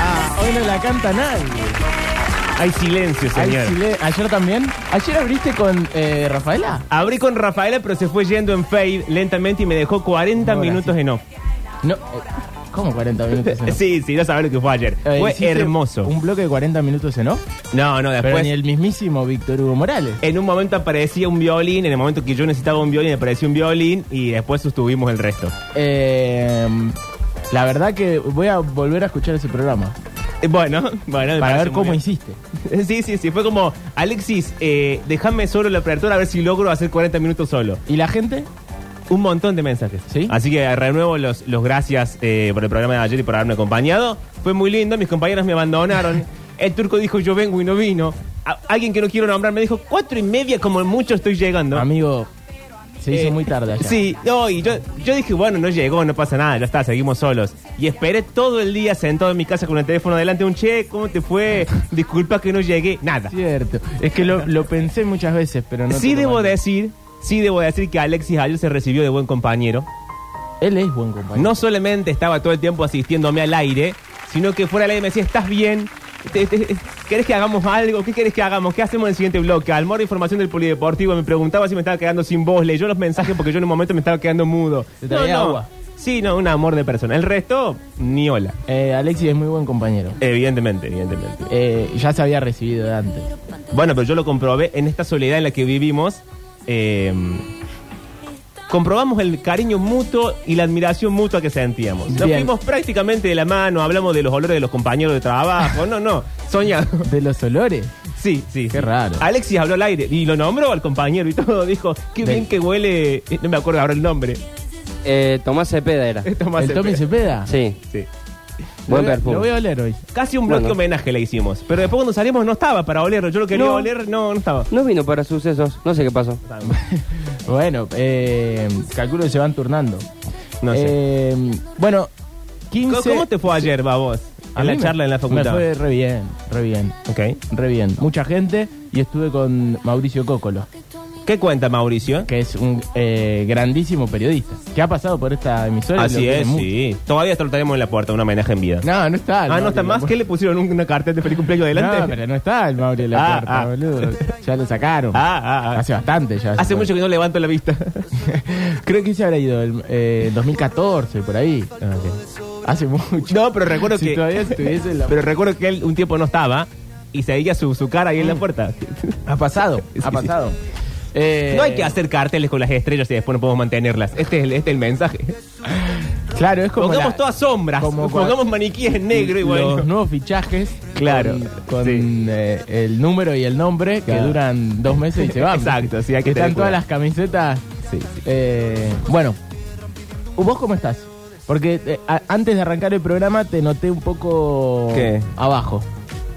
Ah, canta nadie. Hay silencio, Hay señor. sile- ¿Ayer también? ¿Ayer abriste con eh, Rafaela? Abrí con Rafaela, pero se fue yendo en fade lentamente y me dejó 40 No, minutos gracias. en off. No. eh, ¿Cómo 40 minutos en off? Sí, sí, no sabes lo que fue ayer. Eh, fue ¿hiciste hermoso. Un bloque de 40 minutos en off. No, no, Pero después. ni el mismísimo Víctor Hugo Morales. En un momento aparecía un violín, en el momento que yo necesitaba un violín, apareció un violín y después sostuvimos el resto. Eh, la verdad que voy a volver a escuchar ese programa Eh, Bueno, bueno, me para parece ver muy cómo bien. hiciste. Sí, sí, sí. Fue como, Alexis, eh, déjame solo la apertura a ver si logro hacer 40 minutos solo. ¿Y la gente? Un montón de mensajes. ¿Sí? Así que renuevo los, los gracias eh, por el programa de ayer y por haberme acompañado. Fue muy lindo, mis compañeros me abandonaron. El turco dijo yo vengo y no vino. A- alguien que no quiero nombrar me dijo cuatro y media como mucho estoy llegando. Amigo, se hizo Eh, muy tarde allá. Sí, no, y yo, yo dije, bueno, no llegó, no pasa nada, ya está, seguimos solos. Y esperé todo el día sentado en mi casa con el teléfono delante, un che, ¿cómo te fue? Disculpa que no llegué, nada. Cierto. Es que lo, lo pensé muchas veces, pero no. sí te lo debo mandé. decir, sí debo decir que Alexis ayer se recibió de buen compañero. Él es buen compañero. No solamente estaba todo el tiempo asistiéndome al aire, sino que fuera al aire me decía, ¿estás bien? ¿Te- te- ¿Querés que hagamos algo? ¿Qué querés que hagamos? ¿Qué hacemos en el siguiente bloque? Al morro información del polideportivo me preguntaba si me estaba quedando sin voz, leyó los mensajes porque yo en un momento me estaba quedando mudo. Te traía agua. Sí, no, un amor de persona. El resto, ni hola. Eh, Alexis es muy buen compañero. Evidentemente, evidentemente. Eh, ya se había recibido de antes. Bueno, pero yo lo comprobé en esta soledad en la que vivimos. eh, comprobamos el cariño mutuo y la admiración mutua que sentíamos. Nos Bien. fuimos prácticamente de la mano, hablamos de los olores de los compañeros de trabajo. No, no, soñado. De los olores. Sí, sí. Qué sí. raro. Alexis habló al aire y lo nombró al compañero y todo. Dijo, qué Del- bien que huele. No me acuerdo ahora el nombre. Eh, Tomás Cepeda era. Tomás ¿El Tommy Cepeda. Cepeda? Sí, Sí. buen Lo voy a- Lo voy perfume. a oler hoy. Casi un bloque Bueno. homenaje le hicimos. Pero después cuando salimos no estaba para olerlo. Yo lo quería No. oler, no, no estaba. No vino para sucesos, no sé qué pasó. Ah, Bueno, eh, calculo que se van turnando. No sé. Eh, bueno, 15. ¿Cómo, cómo te fue ayer, babos? A En mí la me- charla en la facultad. Me fue re bien, re bien, Ok. re bien. Mucha gente y estuve con Mauricio Cócolo, ¿Qué cuenta Mauricio? que es un eh, grandísimo periodista, que ha pasado por esta emisora. y lo Así quieren es, mucho. sí. Todavía te lo tenemos en la puerta, un homenaje en vida. No, no está. el ah, no Mauri está más. Laporte. ¿Qué le pusieron un- una cartel de feliz cumpleaños delante? No, pero no está el Mauri Laporte, Ah, ah. boludo. Ya lo sacaron. Ah, ah, ah. Hace bastante ya. Hace mucho que no levanto la vista. Creo que se habrá ido eh, en 2014, por ahí. Ah, Hace mucho. no, pero recuerdo Si que. todavía estuviese en la- Pero recuerdo que él un tiempo no estaba y seguía su, su cara ahí en la Mm. puerta. Ha pasado, Sí, ha sí. pasado. Eh, No hay que hacer carteles con las estrellas y después no podemos mantenerlas. Este es el, este es el mensaje. Claro, es como. Pongamos la- todas sombras. como cuando- pongamos maniquíes en negro y bueno. Los nuevos fichajes. Claro, Con, con, sí. eh, el número y el nombre que Claro. duran dos meses y se van. Exacto, sí, hay que Están todas tener cuidado. las camisetas. Sí, sí. eh, bueno, ¿vos cómo estás? Porque eh, a- antes de arrancar el programa te noté un poco ¿Qué? abajo.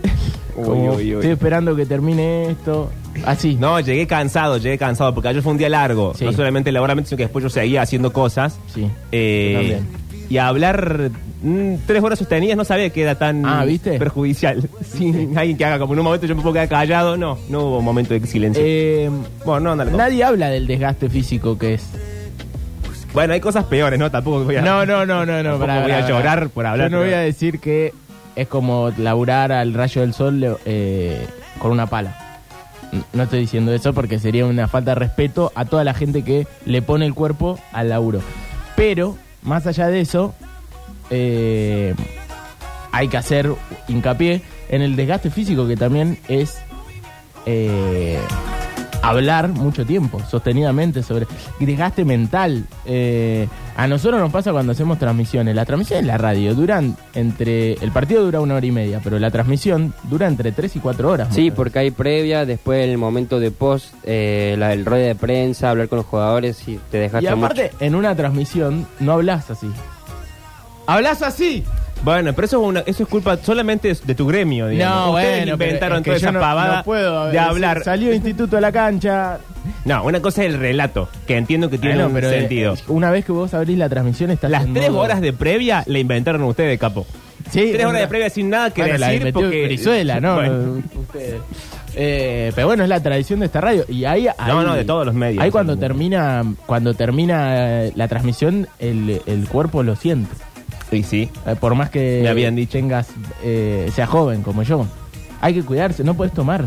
Como, Estoy esperando que termine esto. Ah, Así. No, llegué cansado, llegué cansado, porque ayer fue un día largo. Sí. No solamente laboralmente, sino que después yo seguía haciendo cosas. Sí. Eh, yo también. y hablar mm, tres horas sostenidas no sabía que era tan Ah, ¿viste? perjudicial. Sin alguien que haga como en un momento yo me puedo quedar callado. No, no hubo momento de silencio. Eh, bueno, no, andale, no. nadie habla del desgaste físico que es. Bueno, hay cosas peores, ¿no? Tampoco voy a... No, no, no, no, no. Tampoco voy a llorar por hablar, Yo no pero- voy a decir que es como laburar al rayo del sol le- eh, con una pala. N- No estoy diciendo eso porque sería una falta de respeto a toda la gente que le pone el cuerpo al laburo. Pero, más allá de eso, eh, hay que hacer hincapié en el desgaste físico que también es eh, hablar mucho tiempo, sostenidamente, sobre desgaste mental. Eh, a nosotros nos pasa cuando hacemos transmisiones. La transmisión en la radio duran entre. El partido dura una hora y media, pero la transmisión dura entre tres y cuatro horas. Sí, muchas porque hay previa, después el momento de post, eh, la, el rueda de prensa, hablar con los jugadores y te veces. dejaste Y aparte, en una transmisión no hablas así. ¡Hablas así! Bueno, pero eso es, una, eso es culpa solamente de tu gremio, digamos. Ustedes pero inventaron es que toda yo esa no- pavada no puedo, es- de hablar. Salió instituto a la cancha. No, una cosa es el relato, que entiendo que tiene Bueno, un pero, eh, sentido. una vez que vos abrís la transmisión, estás Las en tres modo- horas de previa la inventaron ustedes, capo. Sí, Tres una- horas de previa sin nada que Bueno, la decir metió porque... Brizuela, ¿no? Bueno. Ustedes. Eh, pero bueno, es la tradición de esta radio. Y ahí, ahí- no, de todos los medios. Ahí cuando Sí. termina, cuando termina eh, la transmisión, el, el cuerpo lo siente. Y sí. Eh, por más que Me habían dicho. tengas eh, sea joven como yo hay que cuidarse no puedes tomar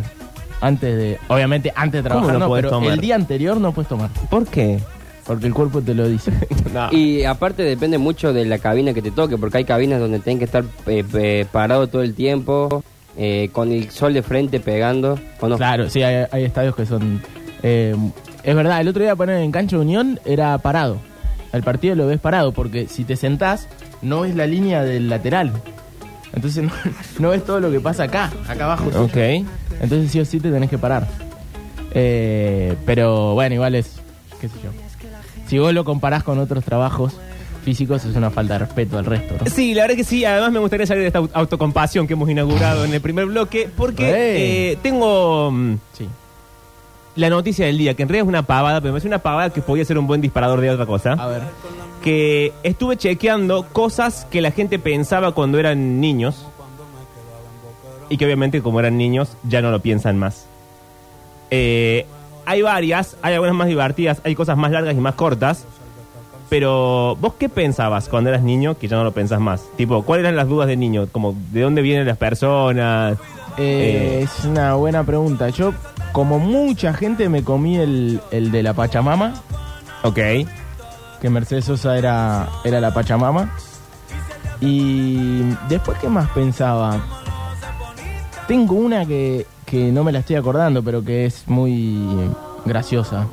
antes de obviamente antes de ¿Cómo trabajar no no, podés pero tomar? el día anterior no puedes tomar ¿Por qué? porque el cuerpo te lo dice Ah. No. Y aparte depende mucho de la cabina que te toque, porque hay cabinas donde tenés que estar eh, eh, parado todo el tiempo, eh, con el sol de frente pegando. ¿o no? claro sí hay, hay estadios que son eh, es verdad el otro día poner en cancha de Unión era parado al partido lo ves parado porque si te sentás no ves la línea del lateral entonces no, no ves todo lo que pasa acá acá abajo tuyo. Ok. Entonces sí o sí te tenés que parar. Eh, pero bueno, igual es, qué sé yo. Si vos lo comparás con otros trabajos físicos es una falta de respeto al resto, ¿no? Sí, la verdad que sí. Además me gustaría salir de esta aut- autocompasión que hemos inaugurado en el primer bloque, porque ¡Ey! eh, tengo mm, Sí. la noticia del día, que en realidad es una pavada, pero me parece una pavada que podía ser un buen disparador de otra cosa. A ver. que estuve chequeando cosas que la gente pensaba cuando eran niños y que obviamente como eran niños ya no lo piensan más. Eh, hay varias, hay algunas más divertidas, hay cosas más largas y más cortas, pero vos qué pensabas cuando eras niño que ya no lo pensás más? Tipo, ¿cuáles eran las dudas de niño? Como, ¿de dónde vienen las personas? Eh, es una buena pregunta. Yo, como mucha gente, me comí el, el de la Pachamama, Ok. que Mercedes Sosa era, era la Pachamama. Y después, ¿qué más pensaba? Tengo una que, que no me la estoy acordando, pero que es muy graciosa.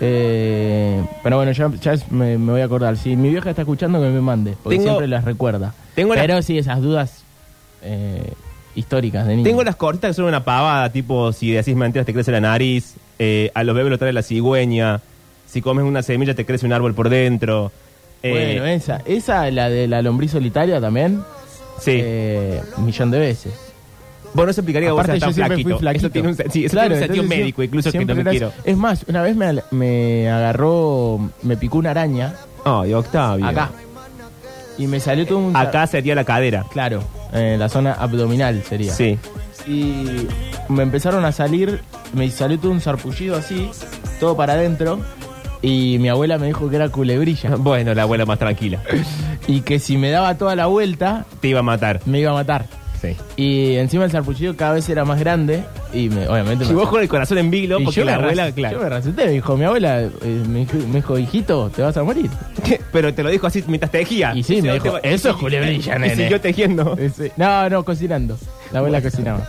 Eh, pero bueno, ya, ya es- me, me voy a acordar. Si mi vieja está escuchando, que me mande, porque Tengo- siempre las recuerda. tengo la- pero sí, esas dudas eh, históricas de niño. Tengo las cortitas que son una pavada, tipo si decís mentiras te crece la nariz, eh, a los bebés lo trae la cigüeña, si comes una semilla te crece un árbol por dentro. Eh, Bueno, esa, esa, la de la lombriz solitaria también, Sí. eh, un millón de veces. Vos no se explicaría que vos Aparte seas yo tan siempre flaquito. fui flaquito. Eso tiene un, se- sí, eso tiene un sentido entonces médico, sie- incluso que no siempre me era quiero. así. Es más, una vez me, al- me agarró, me picó una araña Ay, Octavio. acá. Y me salió todo un... Acá sería la cadera. Claro, en la zona abdominal sería. Sí. Y me empezaron a salir, me salió todo un sarpullido así, todo para adentro. Y mi abuela me dijo que era culebrilla. Bueno, la abuela más tranquila. Y que si me daba toda la vuelta, Te iba a matar. me iba a matar. Sí. Y encima el sarpullido cada vez era más grande. Y me- obviamente Si me vos con el corazón en vilo, Y porque yo la me abuela, ras- Yo claro. me rasuté, me dijo mi abuela, eh, me, dijo- me dijo, hijito, te vas a morir. Pero te lo dijo así mientras tejía. Y sí, me yo dijo, te- "Eso es culebrilla, Y nene". siguió tejiendo. Ese- No, no, cocinando. La abuela cocinaba.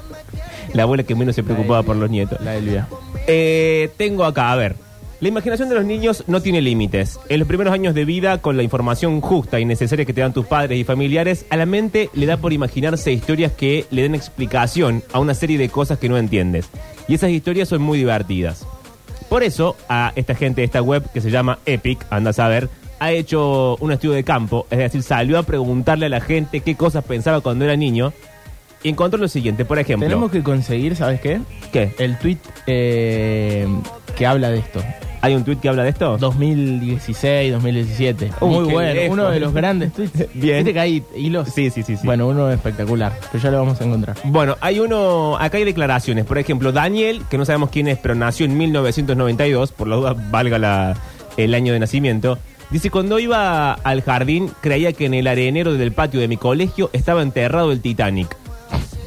La abuela que menos se preocupaba por los nietos. La Elvia. Eh, tengo acá, a ver. La imaginación de los niños no tiene límites. En los primeros años de vida, con la información justa y necesaria que te dan tus padres y familiares, a la mente le da por imaginarse historias que le den explicación a una serie de cosas que no entiendes. Y esas historias son muy divertidas. Por eso, a esta gente de esta web que se llama Epic, anda a saber, ha hecho un estudio de campo, es decir, salió a preguntarle a la gente qué cosas pensaba cuando era niño y encontró lo siguiente, por ejemplo. Tenemos que conseguir, ¿sabes qué? ¿Qué? El tweet eh, que habla de esto. ¿Hay un tweet que habla de esto? 2016, 2017. Uy, Muy qué bueno, lejos. eh. uno de los grandes tweets. Bien. Viste que hay hilos. Sí, sí, sí, sí. Bueno, uno espectacular, pero ya lo vamos a encontrar. Bueno, hay uno, acá hay declaraciones. Por ejemplo, Daniel, que no sabemos quién es, pero nació en 1992, por la duda valga la- el año de nacimiento. Dice, cuando iba al jardín, creía que en el arenero del patio de mi colegio estaba enterrado el Titanic.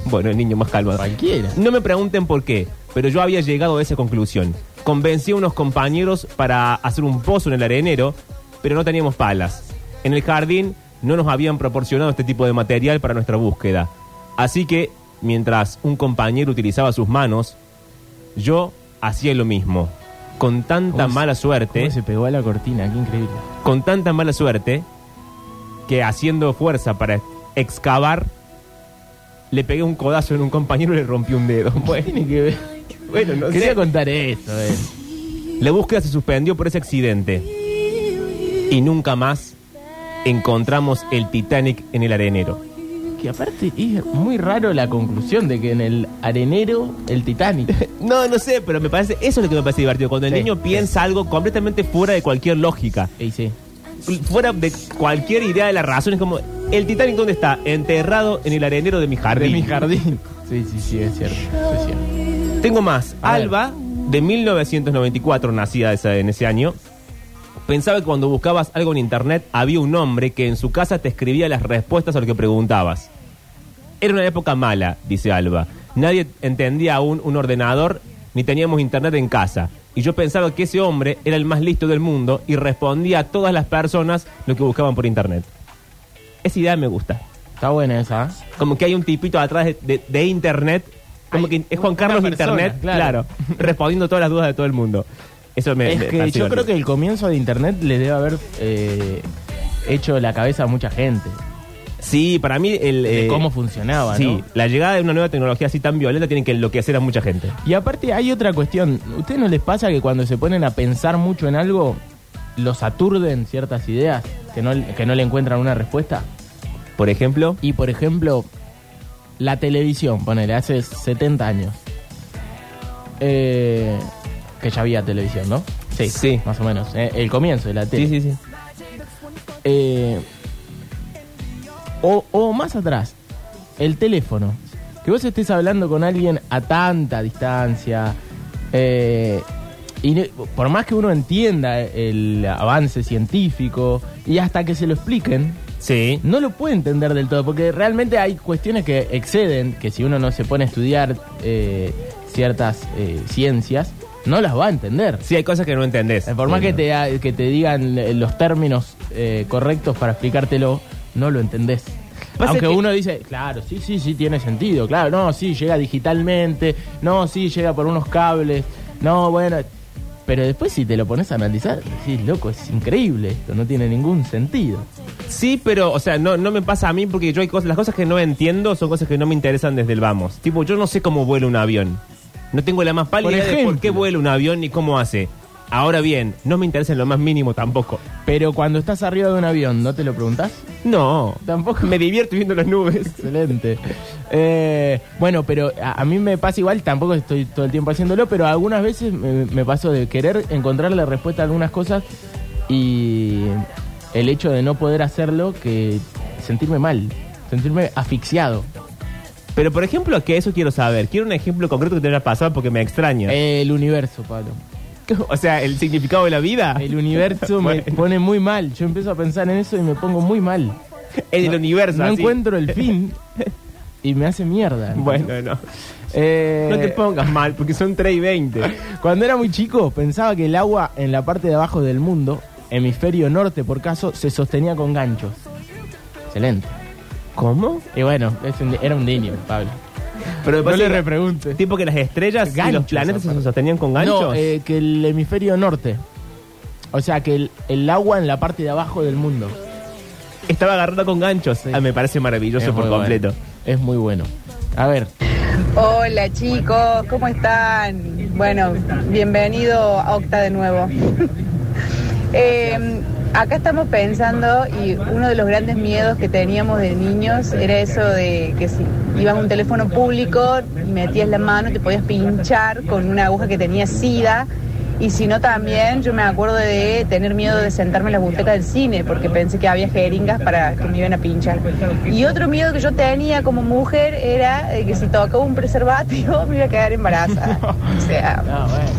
Bueno, el niño más calmado. Cualquiera. No me pregunten por qué, pero yo había llegado a esa conclusión. Convencí a unos compañeros para hacer un pozo en el arenero, pero no teníamos palas. En el jardín no nos habían proporcionado este tipo de material para nuestra búsqueda. Así que, mientras un compañero utilizaba sus manos, yo hacía lo mismo. Con tanta ¿Cómo se- mala suerte ¿Cómo se pegó a la cortina? Qué increíble. con tanta mala suerte que haciendo fuerza para excavar, le pegué un codazo en un compañero y le rompí un dedo. ¿Qué Bueno, tiene que ver? bueno, no Quería sé. contar eso. eh. La búsqueda se suspendió por ese accidente. Y nunca más encontramos el Titanic en el arenero. Que aparte es muy raro la conclusión de que en el arenero el Titanic. No, no sé, pero me parece, eso es lo que me parece divertido. Cuando el Sí, niño sí. piensa algo completamente fuera de cualquier lógica. Y sí. fuera de cualquier idea de la razón. Es como, ¿el Titanic dónde está? Enterrado en el arenero de mi jardín. De mi jardín. Sí, sí, sí, es cierto. es cierto. Tengo más. A ver. Alba, de 1994, nacida esa- en ese año, Pensaba que cuando buscabas algo en internet había un hombre que en su casa te escribía las respuestas a lo que preguntabas. Era una época mala, dice Alba. Nadie entendía aún un ordenador ni teníamos internet en casa. Y yo pensaba que ese hombre era el más listo del mundo y respondía a todas las personas lo que buscaban por internet. Esa idea me gusta. Está buena esa. ¿eh? Como que hay un tipito atrás de, de- de internet. Como Hay que es Juan una Carlos persona, Internet, claro. claro. respondiendo todas las dudas de todo el mundo. Eso me. Es me que fascina. yo creo que el comienzo de Internet le debe haber eh, hecho la cabeza a mucha gente. Sí, para mí. El, de eh, cómo funcionaba, Sí, ¿no? la llegada de una nueva tecnología así tan violenta tiene que enloquecer a mucha gente. Y aparte hay otra cuestión. ¿Ustedes no les pasa que cuando se ponen a pensar mucho en algo, los aturden ciertas ideas que no, que no le encuentran una respuesta? Por ejemplo. Y por ejemplo, la televisión, ponele, hace 70 años. Eh, que ya había televisión, ¿no? Sí. Más o menos. eh, el comienzo de la tele. Sí, sí, sí. Eh, o, o más atrás, el teléfono. Que vos estés hablando con alguien a tanta distancia. eh, y ne- por más que uno entienda el avance científico y hasta que se lo expliquen, Sí. no lo puede entender del todo, porque realmente hay cuestiones que exceden, que si uno no se pone a estudiar eh, ciertas eh, ciencias, no las va a entender. Eh, Sí, hay cosas que no entendés. Por más que Bueno. te, que te digan eh, los términos eh, correctos para explicártelo, no lo entendés. Pasa Aunque que- uno dice, claro, sí, sí, sí, tiene sentido, claro, no, sí, llega digitalmente, no, sí, llega por unos cables, no, bueno. Pero después si te lo pones a analizar, decís, loco, es increíble esto, no tiene ningún sentido. Sí, pero, o sea, no, no me pasa a mí porque yo hay cosas, las cosas que no entiendo son cosas que no me interesan desde el vamos. Tipo, yo no sé cómo vuela un avión. No tengo la más pálida Por idea de por ejemplo. qué vuela un avión ni cómo hace. Ahora bien, no me interesa en lo más mínimo tampoco. Pero cuando estás arriba de un avión, ¿no te lo preguntás? No, Tampoco. me divierto viendo las nubes. Excelente. Eh, bueno, pero a, a mí me pasa igual, tampoco estoy todo el tiempo haciéndolo, pero algunas veces me, me pasó de querer encontrar la respuesta a algunas cosas y el hecho de no poder hacerlo, que sentirme mal, sentirme asfixiado. Pero, por ejemplo, que eso quiero saber. Quiero un ejemplo concreto que te haya pasado porque me extraña. El universo, Pablo. Eh, O sea, el significado de la vida. El universo me Ah. Bueno. pone muy mal. Yo empiezo a pensar en eso y me pongo muy mal. El, del universo. No así. encuentro el fin y me hace mierda. Bueno, no. Eh, No te pongas mal porque son 3 y 20. Cuando era muy chico, pensaba que el agua en la parte de abajo del mundo, hemisferio norte por caso, se sostenía con ganchos. Excelente. ¿Cómo? Y bueno, es un- era un niño, Pablo. Pero me No parece le que- repregunte. Tipo que las estrellas y los Ganchos, planetas se aparte. sostenían con ganchos. No, eh, que el hemisferio norte. O sea, que el, el agua en la parte de abajo del mundo. Estaba agarrado con ganchos. Sí. Ah, me parece maravilloso Es por muy bueno. completo. Es muy bueno. A ver, Hola chicos, ¿cómo están? Bueno, bienvenido a Octa de nuevo. Eh, acá estamos pensando y uno de los grandes miedos que teníamos de niños era eso de que si ibas a un teléfono público, metías la mano, te podías pinchar con una aguja que tenía sida. Y si no también, yo me acuerdo de tener miedo de sentarme en las butacas del cine, porque pensé que había jeringas para que me iban a pinchar. Y otro miedo que yo tenía como mujer era eh, que si tocaba un preservativo me iba a quedar embarazada. O sea, no, bueno.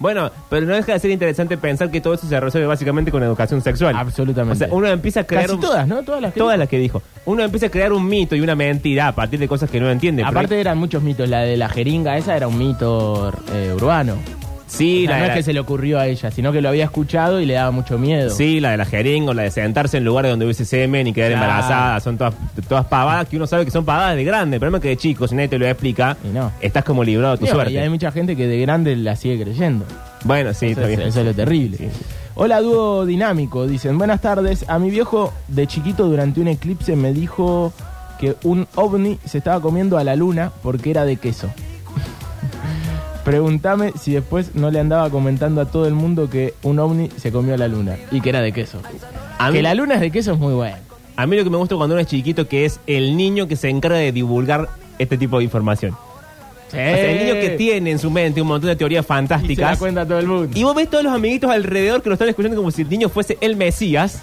Bueno, pero no deja de ser interesante pensar que todo eso se resuelve básicamente con educación sexual. Absolutamente. O sea, uno empieza a crear. casi un- todas, ¿no? Todas las que Todas las que dijo. Uno empieza a crear un mito y una mentira a partir de cosas que no entiende. Pero Aparte eran muchos mitos. La de la jeringa esa era un mito eh, urbano. hay- sí, O sea, la, no de es la- que se le ocurrió a ella, sino que lo había escuchado y le daba mucho miedo. sí, la de la jeringa, o la de sentarse en lugares donde hubiese semen y quedar Claro. embarazada. Son todas, todas pavadas que uno sabe que son pavadas de grande. El problema es que de chico, si nadie te lo explica, Y no. estás como librado de tu Digo, suerte. Y hay mucha gente que de grande la sigue creyendo. Bueno, sí, Eso, está bien. es- eso es lo terrible. Hola, dúo dinámico. Dicen, buenas tardes. A mi viejo de chiquito durante un eclipse me dijo que un ovni se estaba comiendo a la luna porque era de queso. Preguntame si después no le andaba comentando a todo el mundo que un ovni se comió a la luna y que era de queso. A mí- Que la luna es de queso es muy bueno. A mí lo que me gusta cuando uno es chiquito que es el niño que se encarga de divulgar este tipo de información. O sea, el niño que tiene en su mente un montón de teorías Y se la fantásticas. cuenta a todo el mundo. Y vos ves todos los amiguitos alrededor que lo están escuchando como si el niño fuese el Mesías.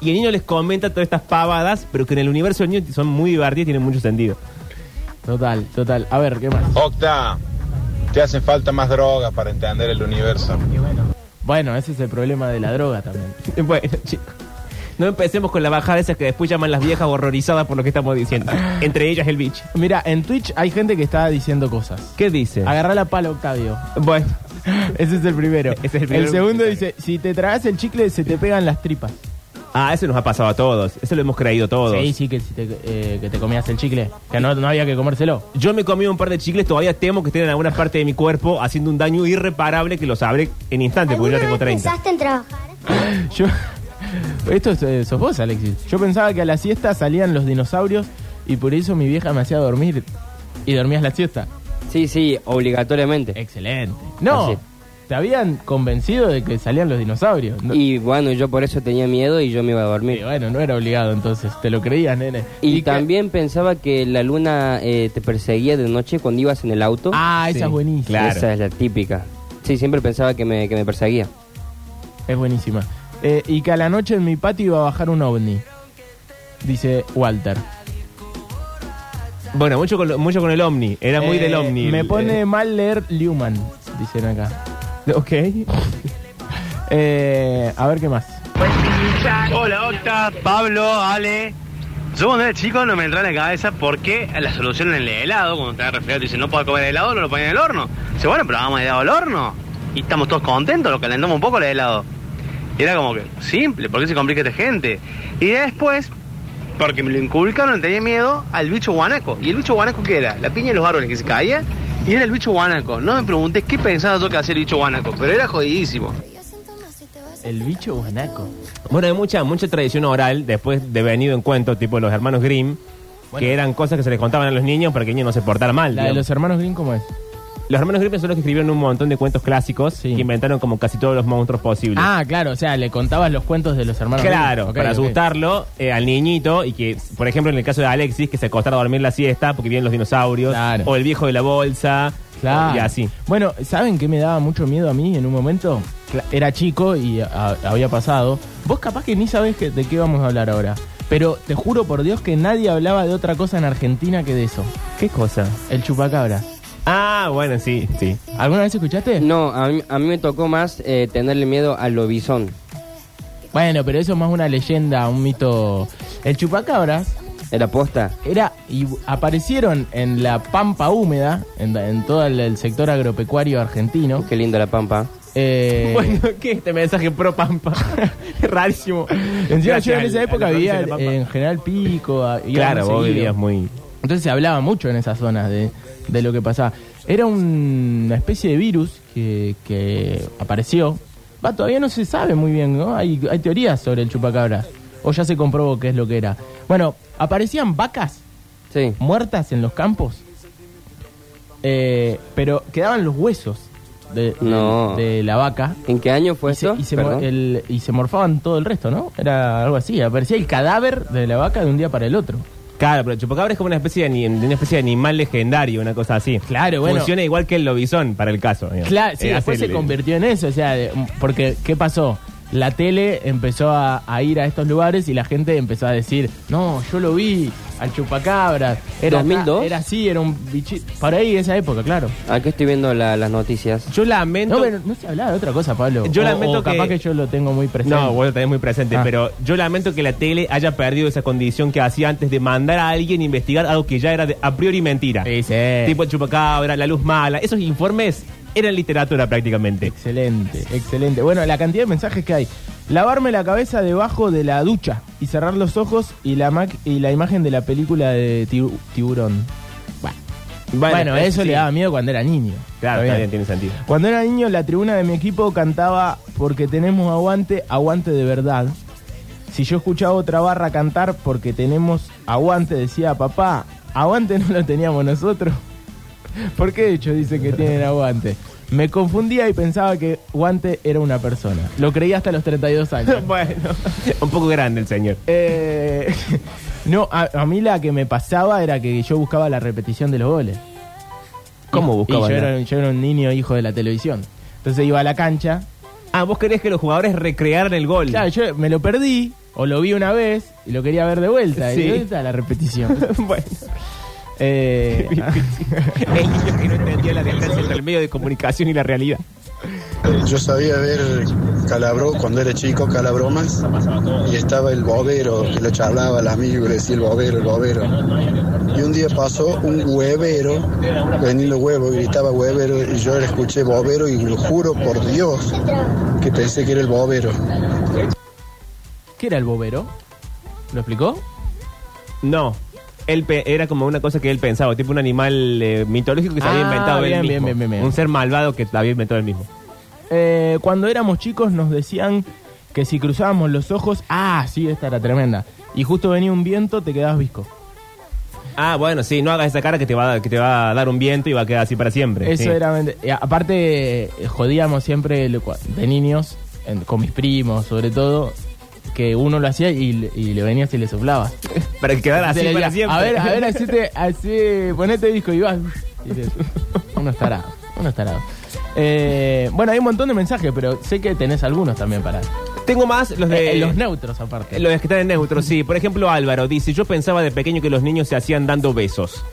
Y el niño les comenta todas estas pavadas, pero que en el universo del niño son muy divertidas y tienen mucho sentido. Total, total. A ver, ¿qué más? Octa, te hacen falta más drogas para entender el universo. Bueno, ese es el problema de la droga también. Bueno, chicos. No empecemos con la bajada esa que después llaman las viejas horrorizadas por lo que estamos diciendo. Entre ellas el bicho. Mira, en Twitch hay gente que está diciendo cosas. ¿Qué dice? Agarrá la pala, Octavio. Bueno, Ese es el primero. Ese es el primero. segundo dice, si te tragas el chicle se te pegan las tripas. ah, eso nos ha pasado a todos. Eso lo hemos creído todos. Sí, sí, que, si te, eh, que te comías el chicle. Que no, no había que comérselo. Yo me comí un par de chicles, todavía temo que estén en alguna parte de mi cuerpo haciendo un daño irreparable que lo sabré en instante, porque yo ¿Alguna ya tengo vez 30. pensaste en trabajar? Yo, esto es, eh, sos vos, Alexis. Yo pensaba que a la siesta salían los dinosaurios y por eso mi vieja me hacía dormir. Y dormías la siesta. Sí, sí, obligatoriamente. Excelente. No, Ah, Así. te habían convencido de que salían los dinosaurios. No- Y bueno, yo por eso tenía miedo y yo me iba a Y dormir. bueno, no era obligado entonces, te lo creías, nene. que- Y, también pensaba que la luna eh, te perseguía de noche cuando ibas en el auto. Ah, esa Sí, es buenísima. claro. Esa es la típica. Sí, siempre pensaba que me, que me perseguía. Es buenísima. Eh, y que a la noche en mi patio iba a bajar un ovni. Dice Walter. Bueno, mucho con, lo- mucho con el Omni. Era muy Eh, del Omni. Me el- pone eh, mal leer Luman, dicen acá. ok. Eh, a ver qué más. Hola Octa, Pablo, Ale. Yo cuando era chico no me entraba en la cabeza por qué la solución en el helado, cuando te da resfriado te dicen no puedo comer helado, no lo ponen en el horno. Dice, bueno, pero vamos helado al horno. Y estamos todos contentos, lo calentamos un poco el helado. Y era como que, simple, ¿por qué se complica esta gente? Y después, porque me lo inculcaron, tenía miedo al bicho guanaco. ¿Y el bicho guanaco qué era? La piña de los árboles que se caía y era el bicho guanaco. No me pregunté qué pensaba yo que hacía el bicho guanaco, pero era jodidísimo. El bicho guanaco. Bueno, hay mucha, mucha tradición oral después de venido en cuento, tipo los hermanos Grimm, que eran cosas que se les contaban a los niños para que ellos no se portaran mal. La de digamos. los hermanos Green, ¿cómo es? Los hermanos Grimm son los que escribieron un montón de cuentos clásicos Sí. que inventaron como casi todos los monstruos posibles. Ah, claro, o sea, le contabas los cuentos de los hermanos Claro, Grimm. Ok, para ok. asustarlo eh, al niñito y que, por ejemplo, en el caso de Alexis, que se acostara a dormir la siesta porque vienen los dinosaurios, Claro. o el viejo de la bolsa, Claro. y así. Bueno, ¿saben qué me daba mucho miedo a mí en un momento? Cla- Era chico y a- había pasado. Vos capaz que ni sabés que- de qué vamos a hablar ahora. Pero te juro por Dios que nadie hablaba de otra cosa en Argentina que de eso. ¿Qué cosa? El chupacabra. Ah, bueno, sí, sí. ¿Alguna vez escuchaste? No, a mí, a mí me tocó más eh, tenerle miedo al lobizón. Bueno, pero eso es más una leyenda, un mito. El chupacabra Era posta. era y aparecieron en la pampa húmeda, en, en todo el, el sector agropecuario argentino. Qué linda la pampa. Eh, Bueno, ¿qué es este mensaje pro Pampa? Rarísimo. Encima yo Gracias en esa al- época al vivía provincia de La Pampa. en General Pico. a- iba Claro, muy vos seguido. vivías muy... Entonces se hablaba mucho en esas zonas de, de lo que pasaba. Era un- una especie de virus que, que apareció. Va, todavía no se sabe muy bien, ¿no? Hay, hay teorías sobre el chupacabra. O ya se comprobó qué es lo que era. Bueno, aparecían vacas Sí. muertas en los campos. eh, pero quedaban los huesos de, de- No. de la vaca ¿En qué año fue y se, eso? y se mor- el- y se morfaban todo el resto, ¿no? Era algo así. Aparecía el cadáver de la vaca de un día para el otro. Claro, pero el chupacabra es como una especie de, ani- una especie de animal legendario, una cosa así. Claro, bueno. Funciona igual que el lobizón para el caso. digamos. Claro, sí, Eh, después hace se el- convirtió en eso. O sea, de- porque, ¿qué pasó? La tele empezó a, a ir a estos lugares y la gente empezó a decir, no, yo lo vi, al chupacabras. Era acá, 2002? Era así, era un bichito. Para ahí, esa época, claro. Aquí estoy viendo la- las noticias. Yo lamento... No, pero no se hablaba de otra cosa, Pablo. Yo O- lamento o capaz que que- yo lo tengo muy presente. No, vos lo tenés muy presente, Ah. pero yo lamento que la tele haya perdido esa condición que hacía antes de mandar a alguien a investigar algo que ya era de- a priori mentira. Sí, sí. Tipo el chupacabra, la luz mala, esos informes eran literatura prácticamente. Excelente, excelente. Bueno, la cantidad de mensajes que hay. Lavarme la cabeza debajo de la ducha y cerrar los ojos y la, ma- y la imagen de la película de Tibu- tiburón. Bueno, Bueno, eso sí. le daba miedo cuando era niño. Claro, Está está bien. bien, tiene sentido. Cuando era niño, la tribuna de mi equipo cantaba porque tenemos aguante, aguante de verdad. Si yo escuchaba otra barra cantar porque tenemos aguante, decía papá, aguante no lo teníamos nosotros. ¿Por qué de hecho dicen que tienen aguante? Me confundía y pensaba que guante era una persona. Lo creía hasta los 32 años. bueno, un poco grande el señor. Eh, no, a, a mí la que me pasaba era que yo buscaba la repetición de los goles. ¿Cómo Y- buscabas Y yo la- era, yo era un niño hijo de la televisión. Entonces iba a la cancha. Ah, vos querés que los jugadores recrearan el gol. Claro, yo me lo perdí o lo vi una vez y lo quería ver de vuelta. Sí. Y ¿dónde está la repetición? bueno. Eh, ah. El niño que no entendía la distancia entre el medio de comunicación y la realidad. Eh, Yo sabía ver Calabro cuando era chico, Calabromas, y estaba el bobero que lo charlaba al amigo, le decía el bobero, el bobero. Y un día pasó un huevero, vendiendo huevo, gritaba huevero, y yo le escuché bobero y lo juro por Dios que pensé que era el bobero. ¿Qué era el bobero? ¿Lo explicó? No. Él pe- era como una cosa que él pensaba, tipo un animal eh, mitológico que se había Ah, inventado él bien, mismo. bien, bien, bien, bien. Un ser malvado que había inventado él mismo. Eh, cuando éramos chicos nos decían que si cruzábamos los ojos, ah, sí, esta era tremenda. Y justo venía un viento, te quedabas visco. Ah, bueno, sí, no hagas esa cara que te va a, dar- que te va a dar un viento y va a quedar así para siempre. Eso sí. era. mente- y a- Aparte, eh, jodíamos siempre lo cua- de niños, en- con mis primos sobre todo, que uno lo hacía y, le- y le venías y le soplabas. Para que quedara así Se le para decía, siempre. A ver, a ver, así, te- así ponete disco y vas. Y dices, unos tarados, unos tarados. Eh, bueno, hay un montón de mensajes, pero sé que tenés algunos también para. Tengo más los de. Eh, los neutros, aparte. Los que están en neutro, sí. Por ejemplo, Álvaro dice, yo pensaba de pequeño que los niños se hacían dando besos.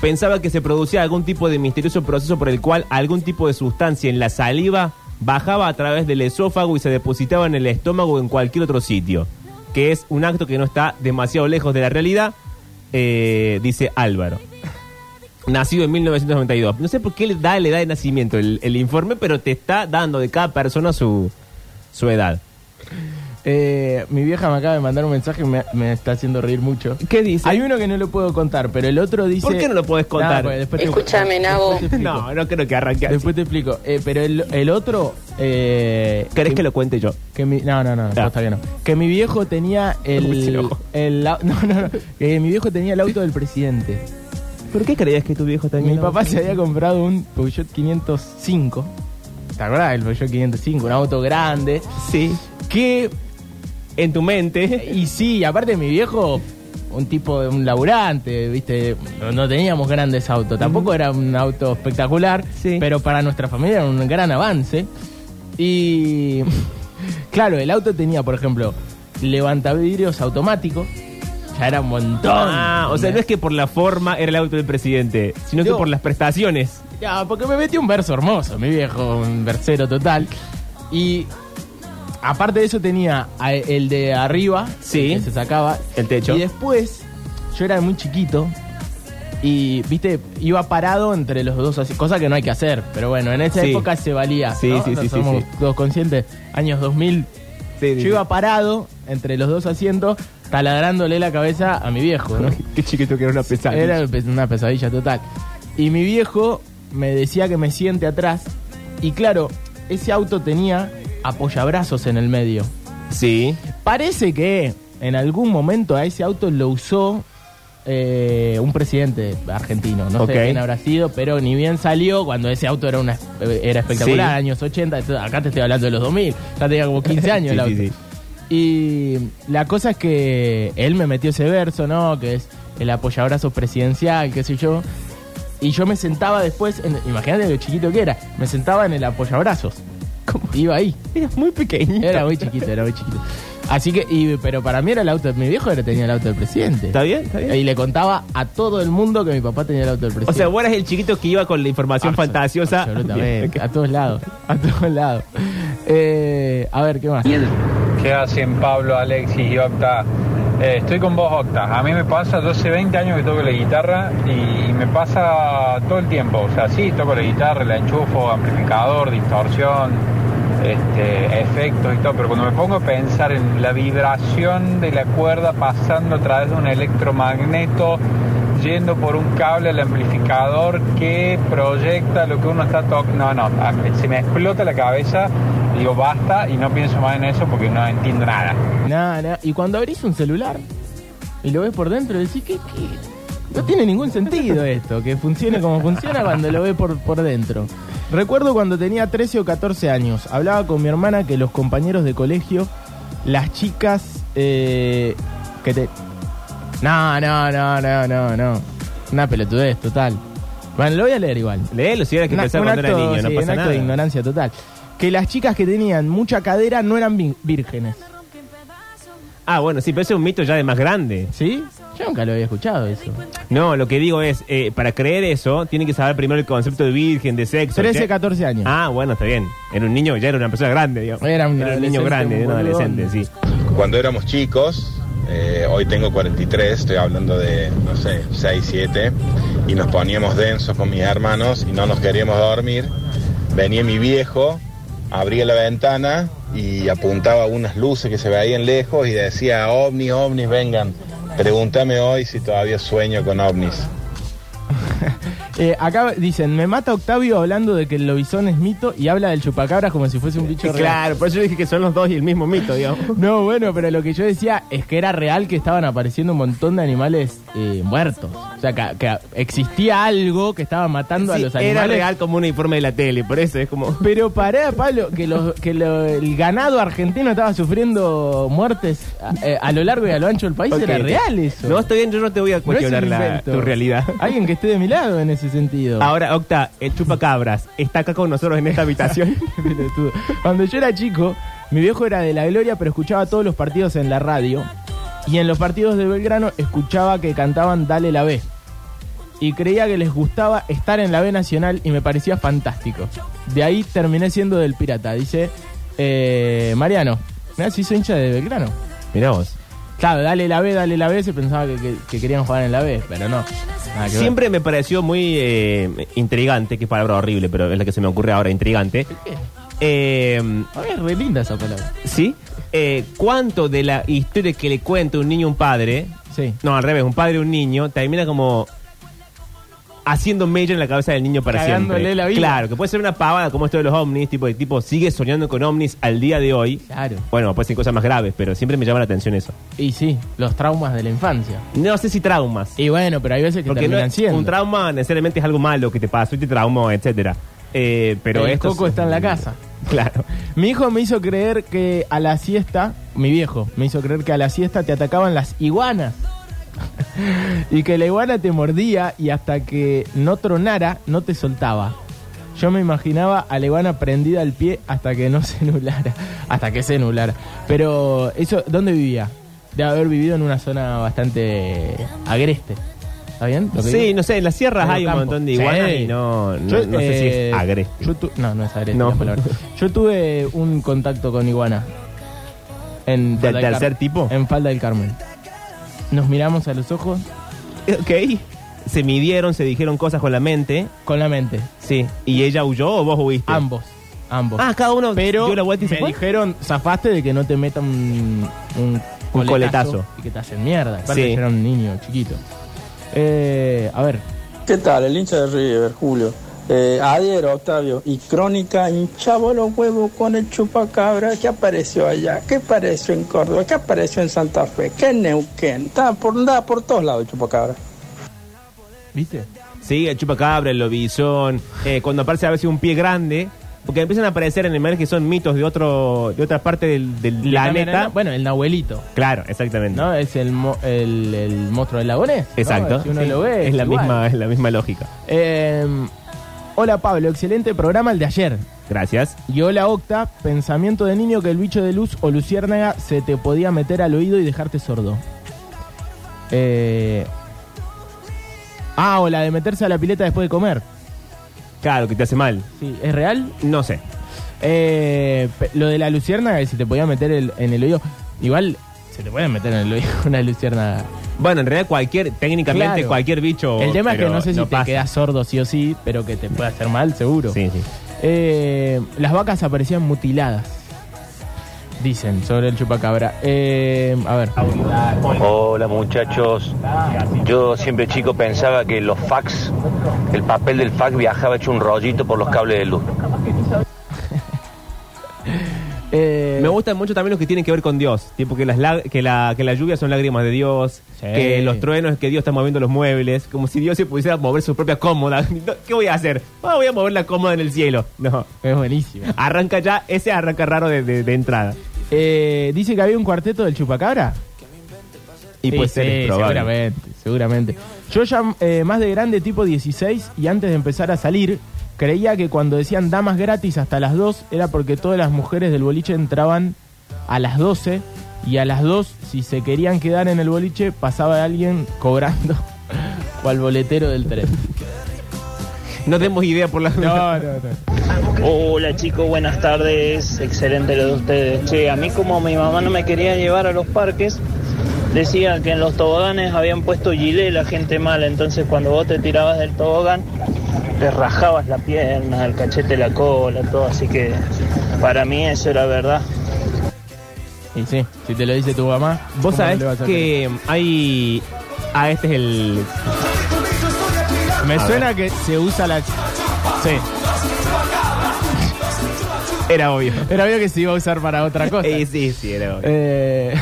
Pensaba que se producía algún tipo de misterioso proceso por el cual algún tipo de sustancia en la saliva bajaba a través del esófago y se depositaba en el estómago o en cualquier otro sitio. Que es un acto que no está demasiado lejos de la realidad, eh, dice Álvaro. Nacido en 1992. No sé por qué le da la edad de nacimiento el, el informe, pero te está dando de cada persona su, su edad. Eh, mi vieja me acaba de mandar un mensaje y me, me está haciendo reír mucho. ¿Qué dice? Hay uno que no lo puedo contar, pero el otro dice. ¿Por qué no lo podés contar? Nada, porque después te- Escúchame, Nabo. después te explico. No, no creo que arranque así. Después te explico. Eh, pero el, el otro. Eh, ¿Querés que lo cuente yo? que mi- no, no, no, no, Ah. posta que no. Que mi viejo tenía Uy, se el. enojó. el au- no, no, no. Que mi viejo tenía el auto del presidente. ¿Por qué creías que tu viejo Mi papá se había comprado un Peugeot 505. ¿Te acuerdas del Peugeot 505? Un auto grande. Sí. Que En tu mente. Y sí, aparte mi viejo, un tipo de un laburante, viste, no, no teníamos grandes autos, tampoco era un auto espectacular, Sí. pero para nuestra familia era un gran avance. Y claro, el auto tenía, por ejemplo, levantavidrios automático, ya era un montón. Ah, o sea, no es que por la forma era el auto del presidente, sino que Yo- por las prestaciones. Ya, porque me metió un verso hermoso, mi viejo, un versero total. Y aparte de eso tenía a- el de arriba, Sí. que se sacaba. El techo. Y después, yo era muy chiquito y, viste, iba parado entre los dos, así, cosa que no hay que hacer. Pero bueno, en esa Sí. época se valía. Sí, ¿no? sí, No sí, sí, Somos sí. todos conscientes, años 2000. Sí, Yo iba parado entre los dos asientos, taladrándole la cabeza a mi viejo, ¿no? Qué chiquito que era una pesadilla. Era pe- una pesadilla total. Y mi viejo me decía que me siente atrás. Y claro, ese auto tenía apoyabrazos en el medio. Sí. Parece que en algún momento a ese auto lo usó eh, un presidente argentino. No Ok. sé quién habrá sido, pero ni bien salió cuando ese auto era, una, era espectacular, Sí. años 80. entonces acá te estoy hablando de los 2000. Ya tenía como 15 años el Sí, auto. sí, sí. Y la cosa es que él me metió ese verso, ¿no? Que es el apoyabrazo presidencial, qué sé yo. Y yo me sentaba después, en- imagínate lo chiquito que era, me sentaba en el apoyabrazos. Iba ahí. Era muy pequeño. Era muy chiquito, era muy chiquito. Así que, y- pero para mí era el auto, mi viejo era, tenía el auto del presidente. ¿Está bien? ¿Está bien? Y le contaba a todo el mundo que mi papá tenía el auto del O presidente. sea, vos eras el chiquito que iba con la información Absol- fantasiosa. Bien, Absolutamente, ok. a todos lados, a todos lados. Eh, a ver, ¿qué más? ¿Qué hacen Pablo, Alexis y Octa? Eh, estoy con vos, Octa. A mí me pasa, yo hace 20 años que toco la guitarra y, me pasa todo el tiempo. O sea, sí, toco la guitarra, la enchufo, amplificador, distorsión, este, efectos y todo. Pero cuando me pongo a pensar en la vibración de la cuerda pasando a través de un electromagneto, yendo por un cable al amplificador que proyecta lo que uno está tocando. No, no, a- se me explota la cabeza, digo basta y no pienso más en eso porque no entiendo nada. Nada, nada. Y cuando abrís un celular y lo ves por dentro, decís, ¿qué? qué? No tiene ningún sentido esto, que funcione como funciona cuando lo ves por, por dentro. Recuerdo cuando tenía 13 o 14 años, hablaba con mi hermana que los compañeros de colegio, las chicas eh, que te... No, no, no, no, no, no. Una pelotudez total. Bueno, lo voy a leer igual. Léelo si era que Una- pensaba un cuando era acto, niño, no sí, un pasa acto de nada. ignorancia total. Que las chicas que tenían mucha cadera no eran vi- vírgenes. Ah, bueno, sí, pero ese es un mito ya de más grande. ¿Sí? Yo nunca lo había escuchado eso. No, lo que digo es, eh, para creer eso, tienen que saber primero el concepto de virgen, de sexo. 13, ¿sí? 14 años. Ah, bueno, está bien. Era un niño, ya era una persona grande, digo. Era un niño adolescente, grande, un era un boludón. adolescente, sí. Cuando éramos chicos, eh, hoy tengo 43, estoy hablando de, no sé, 6, 7, y nos poníamos densos con mis hermanos y no nos queríamos dormir. Venía mi viejo, abría la ventana y apuntaba unas luces que se veían lejos y decía, ovnis, ovnis, vengan. Pregúntame hoy si todavía sueño con ovnis. Eh, acá dicen, me mata Octavio hablando de que el lobizón es mito y habla del chupacabras como si fuese un bicho Sí, real. claro, por eso yo dije que son los dos y el mismo mito, digamos. No, bueno, pero lo que yo decía es que era real que estaban apareciendo un montón de animales eh, muertos. O sea, que, que existía algo que estaba matando Sí, a los era animales. real como un informe de la tele, por eso es como... Pero pará, Pablo, que, los, que lo- el ganado argentino estaba sufriendo muertes a, eh, a lo largo y a lo ancho del país. Ok. Era real eso. No, está bien, yo no te voy a No es un cuestionar la- invento. tu realidad. Alguien que esté de mi lado en ese sentido. Ahora, Octa, el chupacabras está acá con nosotros en esta habitación. Pelotudo. Cuando yo era chico, mi viejo era de la gloria, pero escuchaba todos los partidos en la radio. Y en los partidos de Belgrano escuchaba que cantaban Dale la B. Y creía que les gustaba estar en la B Nacional y me parecía fantástico. De ahí terminé siendo del pirata. Dice eh, Mariano, mirá si soy hincha de Belgrano. Mirá vos. Claro, dale la B, dale la B, se pensaba que, que- que querían jugar en la B, pero no. Nada que ver. Siempre me pareció muy eh, intrigante, que es palabra horrible, pero es la que se me ocurre ahora, intrigante. Eh, A mí es re linda esa palabra. ¿Sí? Eh, ¿Cuánto de la historia que le cuenta un niño a un padre, Sí. no, al revés, un padre a un niño, termina como haciendo mella en la cabeza del niño para Cagándole siempre? la vida. Claro, que puede ser una pavada como esto de los ovnis, tipo de tipo sigue soñando con ovnis al día de hoy. Claro. Bueno, puede ser cosas más graves, pero siempre me llama la atención eso. Y sí, los traumas de la infancia. No sé si traumas. Y bueno, pero hay veces que Porque no terminan es- siendo. un trauma necesariamente es algo malo que te pasó y te traumó, etcétera. Eh, pero el esto coco es- está en la casa. Claro. Mi hijo me hizo creer que a la siesta, mi viejo, me hizo creer que a la siesta te atacaban las iguanas. y que la iguana te mordía y hasta que no tronara, no te soltaba. Yo me imaginaba a la iguana prendida al pie hasta que no se nublara. Hasta que se nublara. Pero eso, ¿dónde vivía? De haber vivido en una zona bastante agreste. ¿Está bien? lo que Sí, digo? no sé, en las sierras Medio hay un campo. montón de Sí. iguanas y no, no, Yo, no sé si eh, es agreste. yo tu- no, no es agreste No. la palabra. Yo tuve un contacto con iguana. En ¿Del Falda del tercer Car- tipo? En Falda del Carmen. Nos miramos a los ojos Ok. Se midieron, se dijeron cosas con la mente. con la mente. Sí. ¿Y ella huyó o vos huiste? Ambos. Ambos. Ah, cada uno Pero dio la vuelta y se me fue. dijeron, zafaste de que no te metan un, un, Un coletazo. Y que te hacen mierda. Aparte Sí. yo era un niño chiquito. Eh, a ver, ¿Qué tal? El hincha de River, Julio. Eh, ayer, Octavio, y Crónica hinchaba los huevos con el chupacabra que apareció allá, que apareció en Córdoba, que apareció en Santa Fe, que en Neuquén, está por, andaba por todos lados el chupacabra. ¿viste? Sí, el chupacabra, el lobizón. eh, cuando aparece a veces un pie grande. Porque empiezan a aparecer animales que son mitos de otro de otra parte del, del planeta. Bueno, el Nahuelito. Claro, exactamente. ¿No? Es el, mo- el, el monstruo del lagonés. ¿no? Exacto. Si uno Sí, lo ve. es la igual. misma, es la misma lógica. Eh, hola Pablo, excelente programa el de ayer. Gracias. Y hola Octa, pensamiento de niño que el bicho de luz o luciérnaga se te podía meter al oído y dejarte sordo. Eh, ah, o la de meterse a la pileta después de comer. Claro, que te hace mal. Sí, ¿es real? No sé. Eh, pe- lo de la luciérnaga que se te podía meter el- en el oído. Igual se te puede meter en el oído una luciérnaga. Bueno, en realidad cualquier, técnicamente Claro. cualquier bicho. El tema es que pero no sé si pasa. te quedas sordo sí o sí, pero que te puede hacer mal, seguro. Sí, sí. Eh, las vacas aparecían mutiladas. Dicen sobre el chupacabra. Eh, a ver. Ah, Hola muchachos, yo siempre chico pensaba que los fax, el papel del fax viajaba hecho un rollito por los cables de luz. Eh, Me gustan mucho también los que tienen que ver con Dios. Tipo que las lag- que la, que la lluvia son lágrimas de Dios, Sí. que los truenos es que Dios está moviendo los muebles, como si Dios se pudiera mover su propia cómoda. No, ¿Qué voy a hacer? Ah, voy a mover la cómoda en el cielo. No. Es buenísimo. Arranca ya, ese arranca raro de, de- de entrada. Eh, dice que había un cuarteto del chupacabra. Y Sí, puede ser sí, es probable. Seguramente, seguramente. Yo ya eh, más de grande, tipo 16, y antes de empezar a salir, creía que cuando decían damas gratis hasta las 2 era porque todas las mujeres del boliche entraban a las 12 Y a las 2, si se querían quedar en el boliche, pasaba alguien cobrando cual boletero del tren. No tenemos idea por las No, no, no. Hola chicos, buenas tardes, excelente lo de ustedes. Che, a mí como mi mamá no me quería llevar a los parques, decía que en los toboganes habían puesto gilet la gente mala, entonces cuando vos te tirabas del tobogán, te rajabas la pierna, el cachete, la cola, todo, así que para mí eso era verdad. Y sí, si te lo dice tu mamá, ¿cómo Vos sabés le vas a creer? que hay. Ah, este es el. Me suena que se usa la. Sí. Era obvio. Era obvio que se iba a usar para otra cosa. Eh, sí, sí, era obvio. Eh,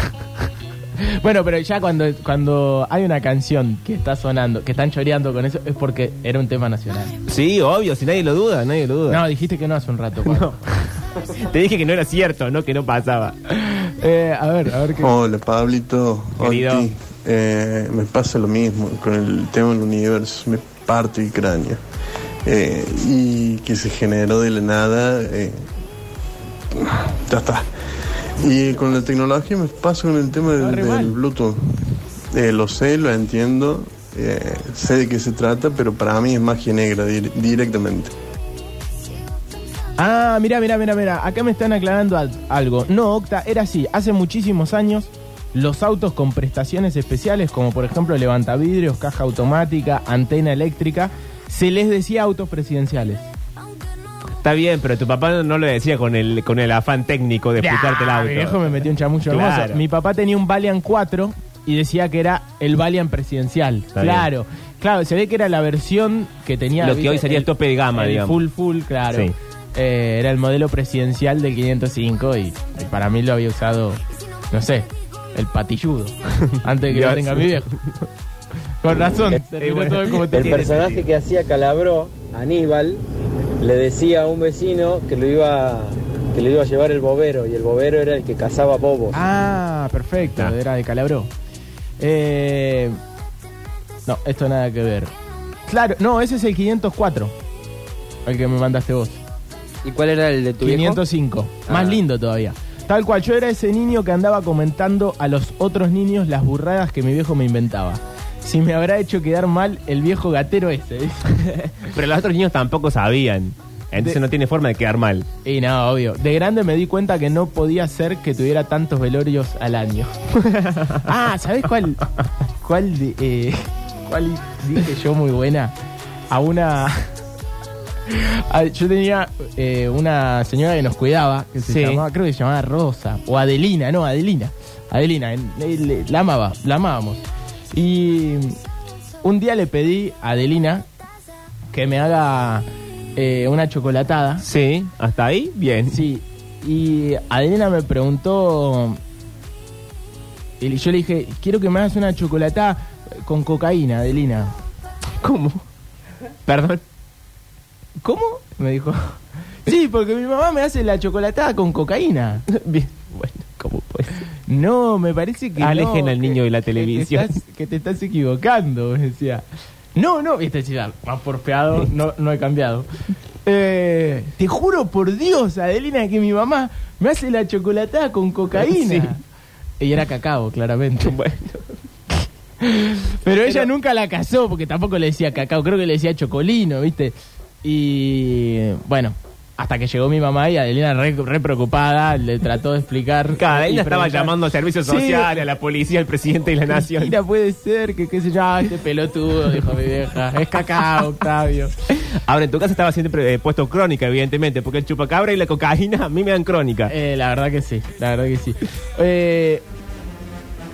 bueno, pero ya cuando, cuando hay una canción que está sonando, que están choreando con eso, es porque era un tema nacional. Sí, obvio, si nadie lo duda, nadie lo duda. No, dijiste que no hace un rato. Pablo. Te dije que no era cierto, no que no pasaba. Eh, a ver, a ver qué. Hola Pablito, Querido. Oti. Eh, me pasa lo mismo con el tema del universo, me parto el cráneo. Eh, y que se generó de la nada, eh, ya está. Y con la tecnología me pasa con el tema Está del, re del mal. Bluetooth. Eh, lo sé, lo entiendo, eh, sé de qué se trata, pero para mí es magia negra dir- directamente. Ah, mira, mira, mira, mira. Acá me están aclarando al- algo. No, Octa, era así. Hace muchísimos años, los autos con prestaciones especiales, como por ejemplo levantavidrios, caja automática, antena eléctrica, se les decía autos presidenciales. Está bien, pero tu papá no lo decía con el, con el afán técnico de explicarte el Ah, auto. Mi viejo me metió un chamucho Claro. hermoso. Mi papá tenía un Valiant 4 y decía que era el Valiant presidencial. Está claro. Claro, se ve que era la versión que tenía. Lo que ¿viste? hoy sería el tope de gama, el digamos. Full, full, claro. Sí. Eh, era el modelo presidencial del 505 y, y para mí lo había usado, no sé, el patilludo. antes de que lo Dios. Eh, tenga mi viejo. Con razón, terminó bueno. todo como El te personaje que hacía Calabró, Aníbal, le decía a un vecino que lo iba que lo iba a llevar el bobero y el bobero era el que cazaba bobos. Ah, perfecto, Ah. era de Calabró. Eh, no, esto nada que ver. Claro, no, ese es el 504, el que me mandaste vos. ¿Y cuál era el de tu viejo? 505, más Ah. lindo todavía. Tal cual, yo era ese niño que andaba comentando a los otros niños las burradas que mi viejo me inventaba. Si me habrá hecho quedar mal el viejo gatero este. dice. Pero los otros niños tampoco sabían. Entonces De- no tiene forma de quedar mal. y no, obvio. De grande me di cuenta que no podía ser que tuviera tantos velorios al año. ah, ¿sabés cuál? ¿Cuál, de- eh, cuál dije yo muy buena? A una... a- yo tenía eh, una señora que nos cuidaba, que se Sí. llamaba, creo que se llamaba Rosa, o Adelina, no, Adelina. Adelina, en- le- le- la amaba, la amábamos. Y un día le pedí a Adelina que me haga eh, una chocolatada. Sí, hasta ahí, bien. Sí, y Adelina me preguntó. Y yo le dije, quiero que me hagas una chocolatada con cocaína, Adelina. ¿Cómo? Perdón. ¿Cómo? Me dijo. Sí, porque mi mamá me hace la chocolatada con cocaína. Bien. Bueno, ¿cómo puede ser? No, me parece que. no, Alejen al que- niño de la que te televisión. estás- Que te estás, equivocando, me decía. No, este no, viste, decía, más porfeado, no, no he cambiado. Eh, te juro por Dios, Adelina, que mi mamá me hace la chocolatada con cocaína. Y era cacao, claramente. Bueno. Pero ella nunca la casó porque tampoco le decía cacao, creo que le decía chocolino, ¿viste? Y bueno, hasta que llegó mi mamá y Adelina re, re preocupada le trató de explicar. Cada y ella estaba preguntar, llamando a servicios Sí. sociales, a la policía, al presidente de la nación. Mira, puede ser que qué sé yo, ah, este pelotudo, dijo mi vieja. Es cacao, Octavio. Ahora, en tu casa estaba siempre eh, puesto crónica, evidentemente, porque el chupacabra y la cocaína a mí me dan crónica. Eh, la verdad que sí, la verdad que sí. Eh,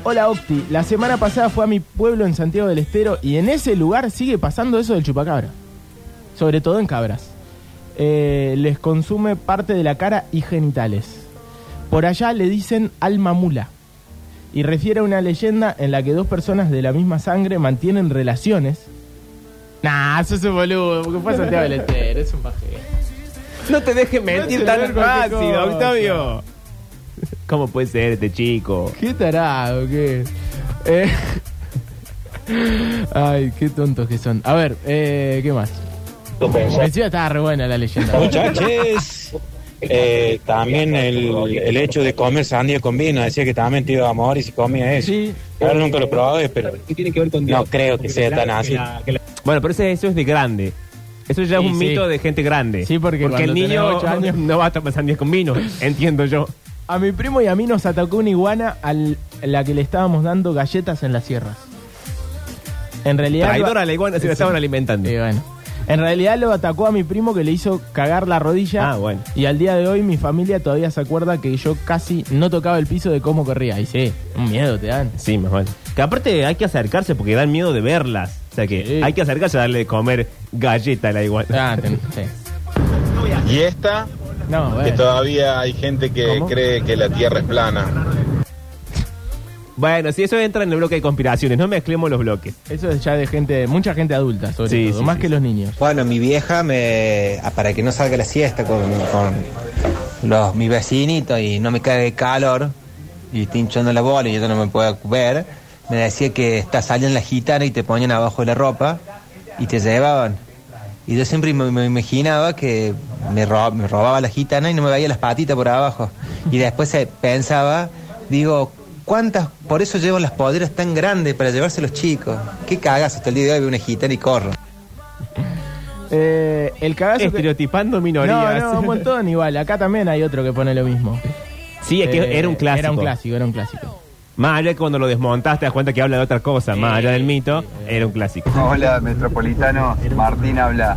hola Opti, la semana pasada fue a mi pueblo en Santiago del Estero y en ese lugar sigue pasando eso del chupacabra. Sobre todo en cabras. Eh, les consume parte de la cara y genitales. Por allá le dicen alma mula. Y refiere a una leyenda en la que dos personas de la misma sangre mantienen relaciones. Nah, sos un boludo, porque fue a Santiago del Estero, es un pajero. No te dejes No mentir te tan dejes cualquier fácil, cosa. Octavio. ¿Cómo puede ser este chico? ¿Qué tarado qué? Eh, Ay, qué tontos que son. A ver, eh, ¿qué más? Encima estaba re buena la leyenda. Muchachos, Eh, también el, el hecho de comer sandía con vino, decía que también te iba a morir si comía eso. Yo nunca lo probé, pero no creo que sea tan así. Bueno, pero ese- eso es de grande. Eso ya Sí, es un sí. mito de gente grande. Sí, porque el cuando niño tenés ocho años- no va a tomar sandías con vino, entiendo yo. A mi primo y a mí nos atacó una iguana a la que le estábamos dando galletas en las sierras. En realidad. Traidora la iguana, se la estaban alimentando. En realidad lo atacó a mi primo que le hizo cagar la rodilla. Ah, bueno. Y al día de hoy mi familia todavía se acuerda que yo casi no tocaba el piso de cómo corría. Y sí, un miedo te dan. Sí, más vale. Que aparte hay que acercarse porque dan miedo de verlas. O sea que hay que acercarse a darle de comer galleta a la iguana. Ah, sí. Y esta, No, que bueno. todavía hay gente que cree que la Tierra es plana. Bueno, sí, eso entra en el bloque de conspiraciones. No mezclemos los bloques. Eso es ya de gente, mucha gente adulta, sobre Sí, todo, sí, más sí, que los niños. Bueno, mi vieja me ah, para que no salga la siesta con, con los mis vecinitos y no me cague calor y esté hinchando la bola y yo no me puedo ver, me decía que está saliendo la gitana y te ponían abajo de la ropa y te llevaban. Y yo siempre me, me imaginaba que me, ro- me robaba la gitana y no me veía las patitas por abajo. Y después eh, pensaba, digo, ¿cuántas? Por eso llevo las poderas tan grandes para llevarse los chicos. ¿Qué cagas? Hasta el día de hoy veo una gitana y corro. Eh, el cagazo. que- Estereotipando minorías. No, no, un montón igual. Acá también hay otro que pone lo mismo. Sí, es que Eh, era un clásico. Era un clásico, era un clásico. Más allá que cuando lo desmontaste te das cuenta que habla de otra cosa. Más allá del mito, era un clásico. Hola, metropolitano. Martín habla.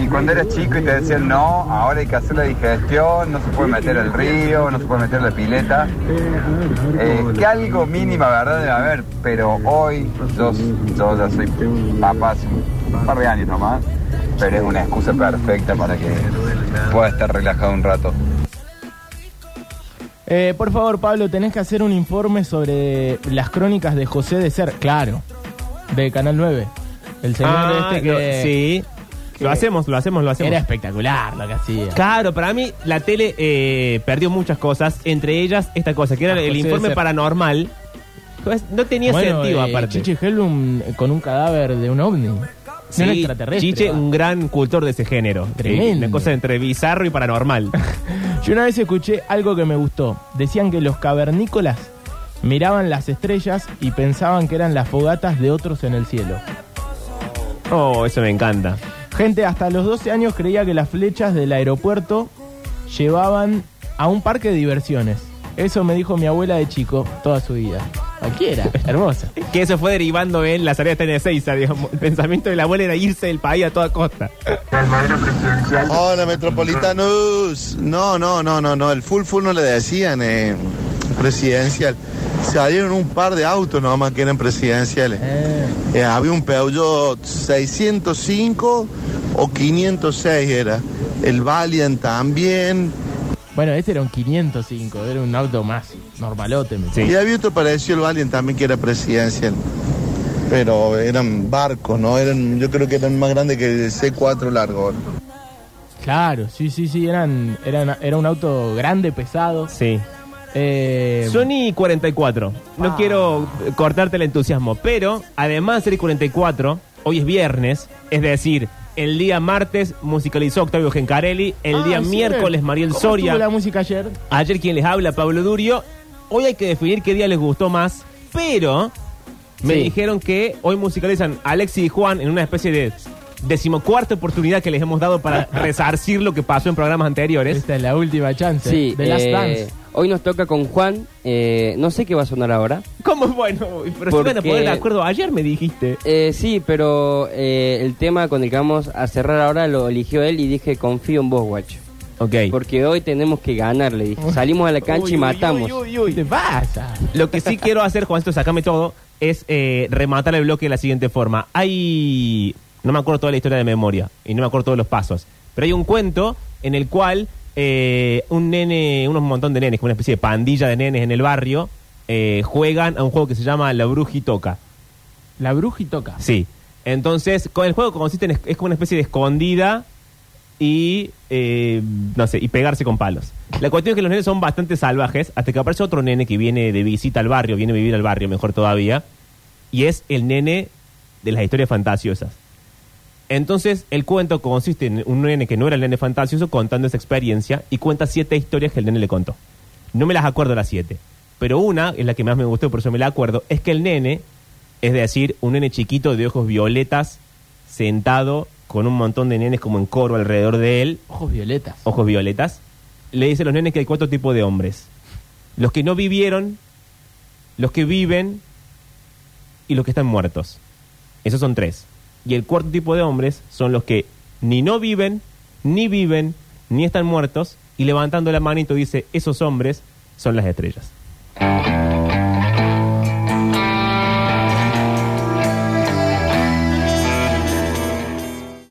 Y cuando eras chico y te decían no, ahora hay que hacer la digestión, no se puede meter el río, no se puede meter la pileta. Eh, que algo mínima verdad debe haber, pero hoy yo, yo ya soy papá hace un par de años nomás, pero es una excusa perfecta para que pueda estar relajado un rato. Eh, por favor, Pablo, tenés que hacer un informe sobre las crónicas de José de Ser. Claro, de Canal 9. El señor Ah, este que. lo- sí. Lo hacemos, lo hacemos, lo hacemos. Era espectacular lo que hacía. Claro, para mí la tele eh, perdió muchas cosas, entre ellas esta cosa, que era Ah, el José informe Ser. paranormal. Pues, no tenía Bueno, sentido eh, aparte. Chichi Hellum eh, con un cadáver de un ovni. De un Sí, extraterrestre. Chiche, va. un gran cultor de ese género. Eh, Tremendo. una cosa entre bizarro y paranormal. Yo una vez escuché algo que me gustó. Decían que los cavernícolas miraban las estrellas y pensaban que eran las fogatas de otros en el cielo. Oh, eso me encanta. Gente, hasta los 12 años creía que las flechas del aeropuerto llevaban a un parque de diversiones. Eso me dijo mi abuela de chico toda su vida. Cualquiera, hermosa. Que eso fue derivando en las áreas de Seiza, digamos. El pensamiento de la abuela era irse del país a toda costa. Hola, metropolitanos. No, no, no, no, no. El full full no le decían eh, presidencial. Salieron un par de autos nomás que eran presidenciales. Eh, había un Peugeot 605 o 506 era. El Valiant también. Bueno, este era un 505, era un auto más normalote. me Y había otro parecido, el Valiant también que era presidencial. Pero eran barcos, ¿no? Eran, yo creo que eran más grandes que el C4 largo. Claro, sí, sí, sí, eran, eran, era un auto grande, pesado. Sí. Eh, Sony 44. No Ah. quiero eh, cortarte el entusiasmo, pero además de ser 44, hoy es viernes, es decir, el día martes musicalizó Octavio Gencarelli, el ah, día sí, miércoles Mariel ¿cómo Soria, estuvo la música ayer? ayer quien les habla Pablo Durio. Hoy hay que definir qué día les gustó más, pero me Sí. dijeron que hoy musicalizan Alexi y Juan en una especie de decimocuarta oportunidad que les hemos dado para resarcir lo que pasó en programas anteriores. Esta es la última chance. Sí, The Last eh, Dance. hoy nos toca con Juan. eh, no sé qué va a sonar ahora. ¿Cómo es bueno? Pero se van a Porque- poner de acuerdo. Ayer me dijiste. Eh, sí, pero eh, el tema con el que vamos a cerrar ahora lo eligió él y dije, confío en vos, guacho. Ok. Porque hoy tenemos que ganar, le dije. Salimos a la cancha y matamos. ¿Qué te pasa? Lo que sí quiero hacer, Juancito, sacame todo, es eh, rematar el bloque de la siguiente forma. Hay. No me acuerdo toda la historia de memoria y no me acuerdo todos los pasos. Pero hay un cuento en el cual eh, un nene, unos montón de nenes, como una especie de pandilla de nenes en el barrio, eh, juegan a un juego que se llama La Bruja y Toca. La bruja y toca. Sí. Entonces, con el juego que consiste en, es es como una especie de escondida y eh, no sé, y pegarse con palos. La cuestión es que los nenes son bastante salvajes, hasta que aparece otro nene que viene de visita al barrio, viene a vivir al barrio, mejor todavía, y es el nene de las historias fantasiosas. Entonces, el cuento consiste en un nene que no era el nene fantasioso contando esa experiencia y cuenta siete historias que el nene le contó. No me las acuerdo las siete, pero una es la que más me gustó, por eso me la acuerdo, es que el nene, es decir, un nene chiquito de ojos violetas, sentado con un montón de nenes como en coro alrededor de él, Ojos violetas. ojos violetas, le dice a los nenes que hay cuatro tipos de hombres. Los que no vivieron, los que viven y los que están muertos. Esos son tres. Y el cuarto tipo de hombres son los que ni no viven, ni viven, ni están muertos. Y levantando la manito dice, esos hombres son las estrellas.